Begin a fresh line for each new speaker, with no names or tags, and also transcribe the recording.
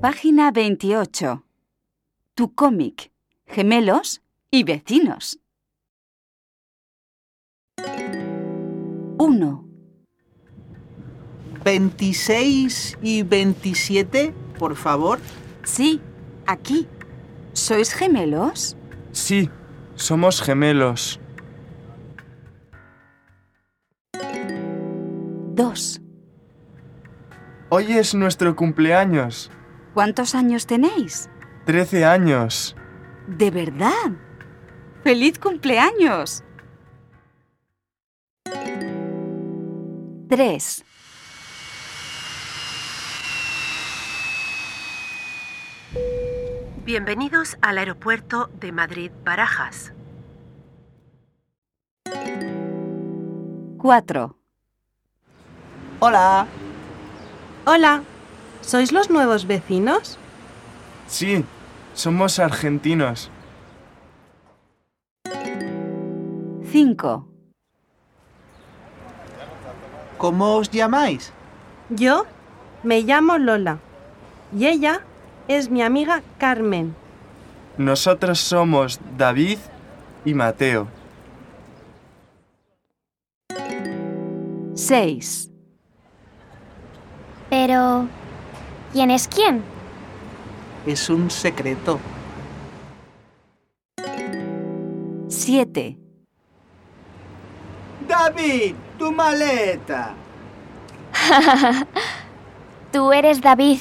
Página 28. Tu cómic, gemelos y vecinos. 1,
26 y 27, por favor.
Sí, aquí. ¿Sois gemelos?
Sí, somos gemelos.
2.
Hoy es nuestro cumpleaños.
¿Cuántos años tenéis?
13 años.
¿De verdad? ¡Feliz cumpleaños! 3,
Bienvenidos al aeropuerto de Madrid Barajas.
4,
Hola.
Hola, ¿sois los nuevos vecinos?
Sí, somos argentinos.
5,
¿Cómo os llamáis?
Yo me llamo Lola y ella es mi amiga Carmen.
Nosotros somos David y Mateo.
6,
Pero... ¿Quién es quién?
Es un secreto.
7,
David, tu maleta.
Tú eres David.